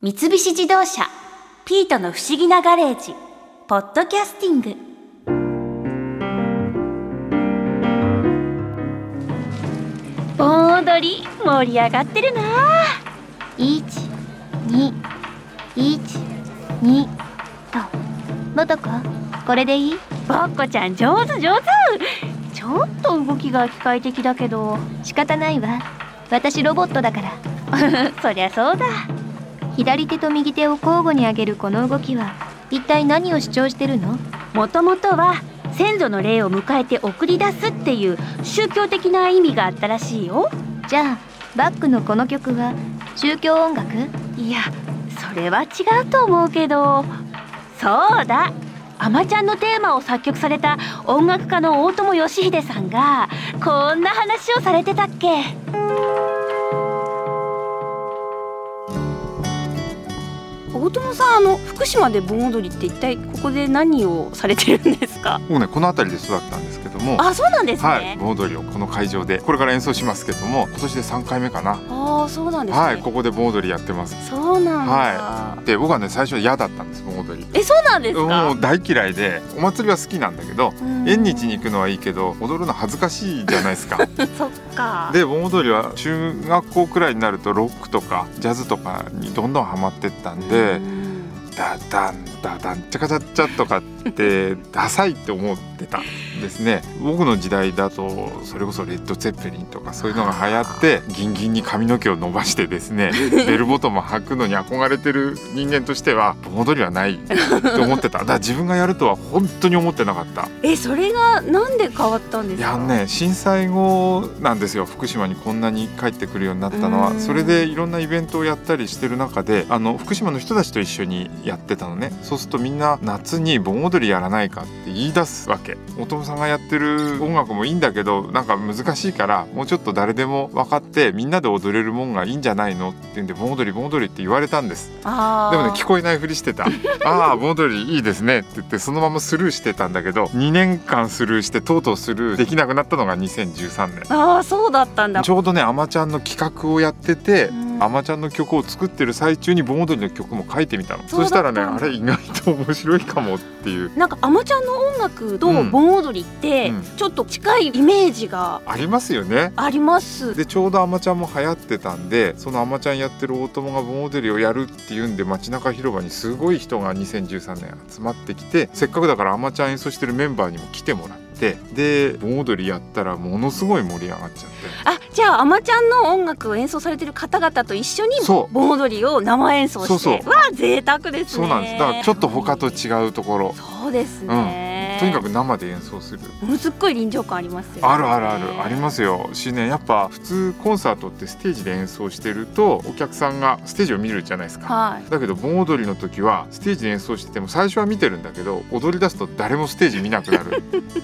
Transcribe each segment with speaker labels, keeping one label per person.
Speaker 1: 三菱自動車「ピートの不思議なガレージ」「ポッドキャスティング」盆踊り盛り上がってるな
Speaker 2: 1212とのどかこれでいい
Speaker 1: ぼっこちゃん上手上手ちょっと動きが機械的だけど
Speaker 2: 仕方ないわ私ロボットだから
Speaker 1: そりゃそうだ
Speaker 2: 左手と右手を交互に上げるこの動きは一体何を主張してるの
Speaker 1: もともとは先祖の霊を迎えて送り出すっていう宗教的な意味があったらしいよ
Speaker 2: じゃあバックのこの曲は宗教音楽
Speaker 1: いやそれは違うと思うけどそうだあまちゃんのテーマを作曲された音楽家の大友義秀さんがこんな話をされてたっけ
Speaker 3: 大友さんあの福島で盆踊りって一体ここで何をされてるんですか
Speaker 4: もうねこの辺りで育ったんですけども、
Speaker 3: あそうなんですね、
Speaker 4: はい、盆踊りをこの会場でこれから演奏しますけども今年で3回目かな、
Speaker 3: ああそうなんですね、
Speaker 4: はいここで盆踊りやってます
Speaker 3: そうなんだ、
Speaker 4: はで僕はね最初嫌だったんです盆踊り
Speaker 3: えそうなんです
Speaker 4: も
Speaker 3: か
Speaker 4: う大嫌いでお祭りは好きなんだけど
Speaker 3: うん
Speaker 4: 縁日に行くのはいいけど踊るの恥ずかしいじゃないですか
Speaker 3: そっか
Speaker 4: で盆踊りは中学校くらいになるとロックとかジャズとかにどんどんハマってったんで
Speaker 3: うん
Speaker 4: ダダンダダンチャカチャッチャとかってダサいって思ってたんですね僕の時代だとそれこそレッド・ツェッペリンとかそういうのが流行ってギンギンに髪の毛を伸ばしてですねベルボトム履くのに憧れてる人間としては戻りはないって思ってただから自分がやるとは本当に思ってなかった
Speaker 3: えそれがなんで変わったんで
Speaker 4: い
Speaker 3: す
Speaker 4: や
Speaker 3: か
Speaker 4: あのね震災後なんですよ福島にこんなに帰ってくるようになったの
Speaker 3: う
Speaker 4: は
Speaker 3: ん
Speaker 4: それでいろんなイベントをやったりしてる中であの福島の人たちと一緒にやってたのねそうするとみんな夏に盆踊りやらないかって言い出すわけお父さんがやってる音楽もいいんだけどなんか難しいからもうちょっと誰でも分かってみんなで踊れるもんがいいんじゃないのって言うんで盆踊り盆踊りって言われたんです
Speaker 3: あー
Speaker 4: でもね聞こえないふりし てた「ああ盆踊りいいですね」って言ってそのままスルーしてたんだけど2年間スルーしてとうとうスルーできなくなったのが2013年
Speaker 3: あーそうだったんだ
Speaker 4: ちょうどねあまちゃんの企画をやってて
Speaker 3: うん
Speaker 4: あまちゃんの曲を作ってる最中に盆踊りの曲も書いてみた
Speaker 3: そ
Speaker 4: の
Speaker 3: う
Speaker 4: そ
Speaker 3: だっ
Speaker 4: したた
Speaker 3: んだ
Speaker 4: らねあれ意外と面白いかもっていう
Speaker 3: なんかあまちゃんの音楽と
Speaker 4: うん
Speaker 3: 盆踊りって
Speaker 4: うん
Speaker 3: ちょっと近いイメージが
Speaker 4: ありますよね
Speaker 3: あります、
Speaker 4: でちょうどあまちゃんも流行ってたんでそのあまちゃんやってる大友が盆踊りをやるっていうんで街中広場にすごい人が2013年集まってきてせっかくだからあまちゃん演奏してるメンバーにも来てもらってで盆踊りやったらものすごい盛り上がっちゃっ
Speaker 3: あじゃああまちゃんの音楽を演奏されてる方々と一緒に
Speaker 4: てそう
Speaker 3: 盆踊りを生演奏して
Speaker 4: そうそう
Speaker 3: わあ贅沢ですね
Speaker 4: そうなんですだからちょっと他と違うところ
Speaker 3: そうですね、
Speaker 4: とにかく生で演奏する
Speaker 3: ものすっごい臨場感ありますよね
Speaker 4: あるあるあるありますよしねやっぱ普通コンサートってステージで演奏してるとお客さんがステージを見るじゃないですか
Speaker 3: はい
Speaker 4: だけど盆踊りの時はステージで演奏してても最初は見てるんだけど踊り出すと誰もステージ見なくな る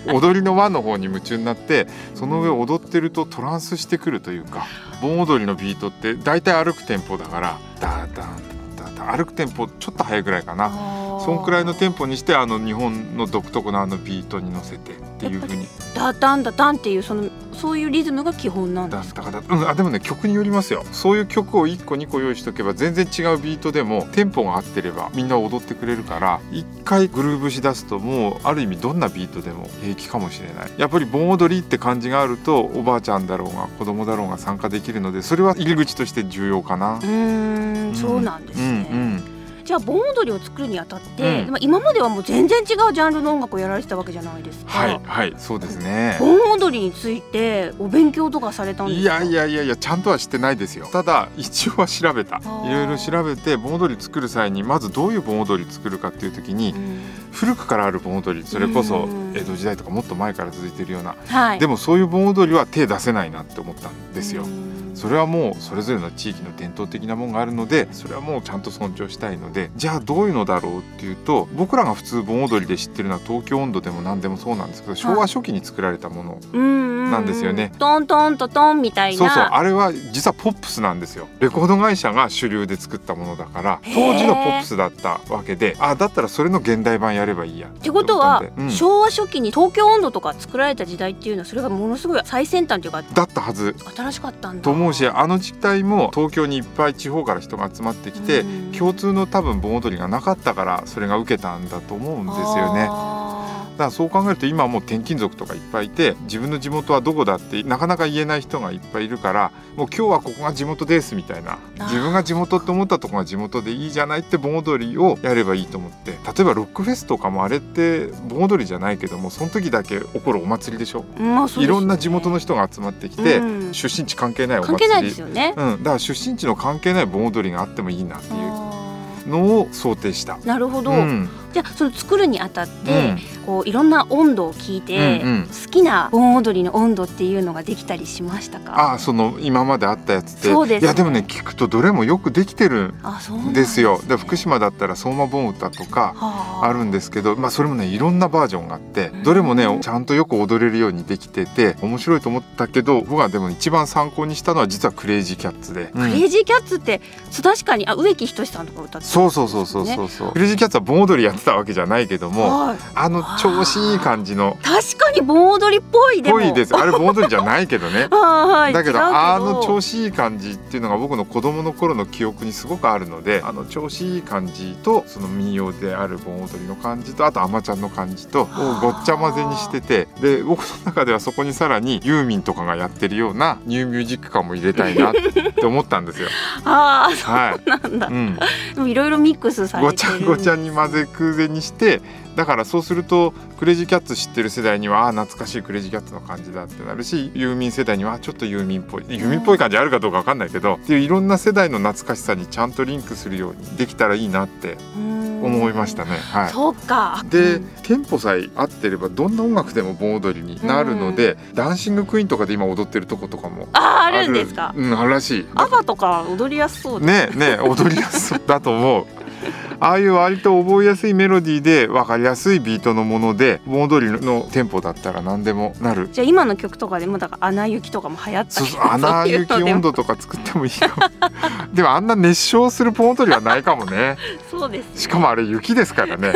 Speaker 4: 踊りの輪の方に夢中になってその上踊ってるとトランスしてくるというか盆踊りのビートって大体歩くテンポだからダダンダダン歩くテンポちょっと速いぐらいかな
Speaker 3: あー
Speaker 4: そんくらいのテンポにしてあの日本の独特のあのビートに乗せてっていう風に
Speaker 3: ダダンダダンっていうそのそういうリズムが基本なんで
Speaker 4: だ
Speaker 3: す
Speaker 4: だ
Speaker 3: か
Speaker 4: からうん、あでもね曲によりますよそういう曲を1個2個用意しとけば全然違うビートでもテンポが合ってればみんな踊ってくれるから1回グルーブしだすともうある意味どんなビートでも平気かもしれないやっぱり盆踊りって感じがあるとおばあちゃんだろうが子供だろうが参加できるのでそれは入り口として重要かな
Speaker 3: う。ーんそうなんです
Speaker 4: う
Speaker 3: ね、
Speaker 4: んうん
Speaker 3: じゃあ盆踊りを作るにあたって、
Speaker 4: うん
Speaker 3: まあ今まではもう全然違うジャンルの音楽をやられてたわけじゃないですか、
Speaker 4: はいはいそうですね。
Speaker 3: 盆踊りについてお勉強とかされたんですか
Speaker 4: いやいやいやいやちゃんとはしてないですよただ一応は調べた
Speaker 3: ー
Speaker 4: いろいろ調べて盆踊り作る際にまずどういう盆踊り作るかっていう時に
Speaker 3: うん
Speaker 4: 古くからある盆踊りそれこそ
Speaker 3: うん
Speaker 4: 江戸時代とかもっと前から続いてるような
Speaker 3: はい
Speaker 4: で
Speaker 3: も
Speaker 4: もそういう盆踊りは手出せないなって思ったんですよ。それはもうそれぞれの地域の伝統的なもんがあるのでそれはもうちゃんと尊重したいのでじゃあどういうのだろうっていうと僕らが普通盆踊りで知ってるのは東京温度でも何でもそうなんですけど昭和初期に作られたもの
Speaker 3: うんうん
Speaker 4: なんですよね
Speaker 3: うんトントントトンみたいな
Speaker 4: そうそうあれは実はポップスなんですよレコード会社が主流で作ったものだから当時のポップスだったわけであだったらそれの現代版やればいいやっ
Speaker 3: ってことは、
Speaker 4: うん
Speaker 3: 昭和初期に東京温度とか作られた時代っていうのはそれがものすごい最先端というか
Speaker 4: だったはず
Speaker 3: 新しかったんだ
Speaker 4: と思うしあの時代も東京にいっぱい地方から人が集まってきて
Speaker 3: うん
Speaker 4: 共通の多分盆踊りがなかったからそれが受けたんだと思うんですよね。
Speaker 3: あ
Speaker 4: だからそう考えると今はもう転勤族とかいっぱいいて自分の地元はどこだってなかなか言えない人がいっぱいいるからもう今日はここが地元ですみたいな
Speaker 3: ー
Speaker 4: 自分が地元って思ったとこが地元でいいじゃないって盆踊りをやればいいと思って例えばロックフェスとかもあれって盆踊りじゃないけどもその時だけ起こるお祭りでしょ
Speaker 3: ーまあそうですね
Speaker 4: いろんな地元の人が集まってきて、
Speaker 3: うん
Speaker 4: 出身地関係ないお祭
Speaker 3: 関
Speaker 4: り
Speaker 3: 係ないですよね、
Speaker 4: うん、だから出身地の関係ない盆踊りがあってもいいなっていう
Speaker 3: あ
Speaker 4: のを想定した。
Speaker 3: ーなるほど、
Speaker 4: うん
Speaker 3: じゃあその作るにあたって、
Speaker 4: うん
Speaker 3: こういろんな温度を聞いて、
Speaker 4: うんうん
Speaker 3: 好きな盆踊りの温度っていうのができたりしましたか
Speaker 4: ああその今まであったやつって
Speaker 3: そうです
Speaker 4: いやでもね聞くとどれもよくできてる
Speaker 3: あそうんなん
Speaker 4: ですよ。で福島だったら相馬盆歌とか
Speaker 3: は
Speaker 4: あるんですけど、まあ、それもねいろんなバージョンがあってどれもねちゃんとよく踊れるようにできてて面白いと思ったけど僕がでも一番参考にしたのは実はクレイジーキャッツで。
Speaker 3: クレイジーキャッツって、そう確かにあ植木仁さんとか歌って
Speaker 4: そうそうそうそうそうそう、クレイジーキャッツは盆踊りやってたわけじゃないけど
Speaker 3: う
Speaker 4: も
Speaker 3: はい
Speaker 4: あの調子いい感じの
Speaker 3: 確かに盆踊りっぽいでも
Speaker 4: ぽいですあれ盆踊りじゃないけど
Speaker 3: は
Speaker 4: ね
Speaker 3: い はい
Speaker 4: だけど
Speaker 3: 違う
Speaker 4: あの調
Speaker 3: 子
Speaker 4: 子いい感じっていうのが僕の子供の頃の記憶にすごくあるのであの調子いい感じとその民謡である盆踊りの感じとあとあまちゃんの感じとを
Speaker 3: あー
Speaker 4: ごっちゃ混ぜにしててで僕の中ではそこにさらにユーミンとかがやってるようなニューミュージック感も入れたいなって思った んですよ。
Speaker 3: ああ
Speaker 4: はい
Speaker 3: なんだ
Speaker 4: うん、
Speaker 3: でもいろいろミックスされ
Speaker 4: ご
Speaker 3: て
Speaker 4: ちゃ
Speaker 3: る
Speaker 4: ごちゃに混ぜ空前にしてだからそうするとクレイジーキャッツ知ってる世代にはああ懐かしいクレイジーキャッツの感じだってなるしユーミン世代にはあちょっとユーミンっぽいユーミンっぽい感じあるかどうかわかんないけどっていういろんな世代の懐かしさにちゃんとリンクするようにできたらいいなって思いましたね。はい
Speaker 3: そうか
Speaker 4: で、テンポさえ合ってればどんな音楽でも盆踊りになるので、ダンシングクイーンとかで今踊ってるとことかも
Speaker 3: あーあるんですか
Speaker 4: あるうん、あるらしい。
Speaker 3: アバとか踊りやすそうで
Speaker 4: ねえねえ踊りやすそうだと思う。ああいう割と覚えやすいメロディーで分かりやすいビートのもので盆踊りのテンポだったら何でもなる。
Speaker 3: じゃあ今の曲とかでもだから「アナ雪」とかも流行った
Speaker 4: そう
Speaker 3: り
Speaker 4: そう穴
Speaker 3: いう
Speaker 4: 雪
Speaker 3: のでも
Speaker 4: 温度とか作ってもいいかもでもあんな熱唱する盆踊りはないかもね
Speaker 3: そうです
Speaker 4: しかもあれ雪ですからね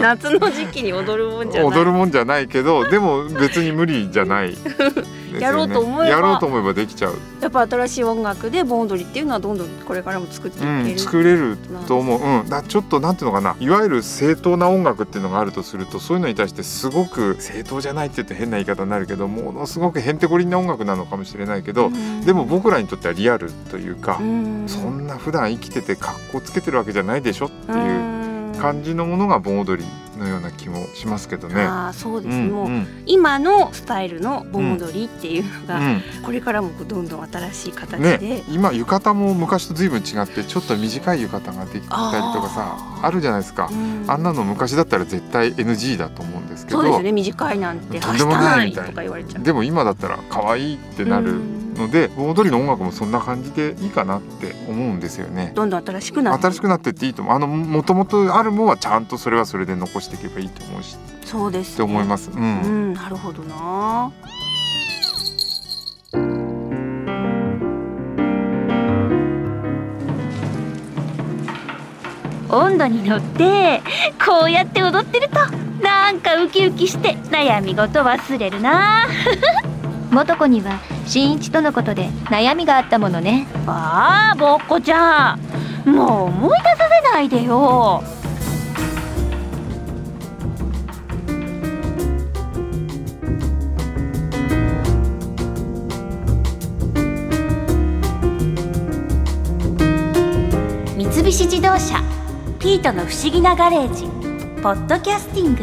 Speaker 3: 夏の時期に踊るもんじゃない
Speaker 4: 踊るもんじゃないけどでも別に無理じゃない、ですよね
Speaker 3: やろうと思えば
Speaker 4: やろうと思えばできちゃう、
Speaker 3: やっぱ新しい音楽で盆踊りっていうのはどんどんこれからも作っていけ
Speaker 4: う
Speaker 3: る、
Speaker 4: ん、作れると思う、うん、だからちょっとなんていうのかないわゆる正当な音楽っていうのがあるとするとそういうのに対してすごく正当じゃないって言って変な言い方になるけどものすごくへんてこりんな音楽なのかもしれないけど、
Speaker 3: うん
Speaker 4: でも僕らにとってはリアルというか、
Speaker 3: うん
Speaker 4: そんな普段生きてて格好つけてるわけじゃないでしょっていう
Speaker 3: うん
Speaker 4: 感じのものが盆踊りのような気もしますけどね。
Speaker 3: ああそう
Speaker 4: う
Speaker 3: です、
Speaker 4: ん
Speaker 3: も
Speaker 4: う
Speaker 3: うん今のスタイルの盆踊りっていうの
Speaker 4: う
Speaker 3: が、
Speaker 4: ん
Speaker 3: これからもこうどんどん新しい形で、
Speaker 4: ね、今浴衣も昔と随分違ってちょっと短い浴衣ができたりとかさ
Speaker 3: あー
Speaker 4: あるじゃないですか
Speaker 3: う、ん
Speaker 4: あんなの昔だったら絶対 NG だと思うんですけ
Speaker 3: そ
Speaker 4: ど
Speaker 3: うですよね短いなんて
Speaker 4: とんでもないみたい
Speaker 3: はしたとか言われちゃう
Speaker 4: でも今だったら可愛いってな
Speaker 3: う
Speaker 4: る
Speaker 3: ん
Speaker 4: ので盆踊りの音楽もそんな感じでいいかなって思うんですよね。
Speaker 3: どんどん新しくなって
Speaker 4: 新しくなってっていいと思うあのもともとあるものはちゃんとそれはそれで残していけばいいと思うしっ
Speaker 3: そうです、ね、
Speaker 4: て思います。う、
Speaker 3: うんん、なるほどな。
Speaker 1: 温度に乗ってこうやって踊ってるとなんかウキウキして悩み事忘れるな
Speaker 2: 元子には新一とのことで悩みがあったものね
Speaker 1: ああぼっこちゃんもう思い出させないでよ三菱自動車ピートの不思議なガレージポッドキャスティン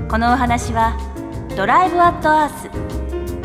Speaker 1: グこのお話はドライブアットアー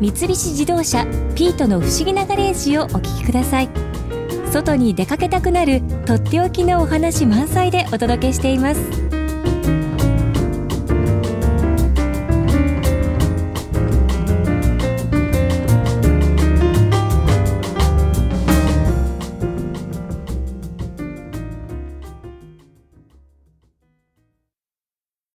Speaker 5: 三菱自動車ピートの不思議なガレージをお聞きください外に出かけたくなるとっておきのお話満載でお届けしています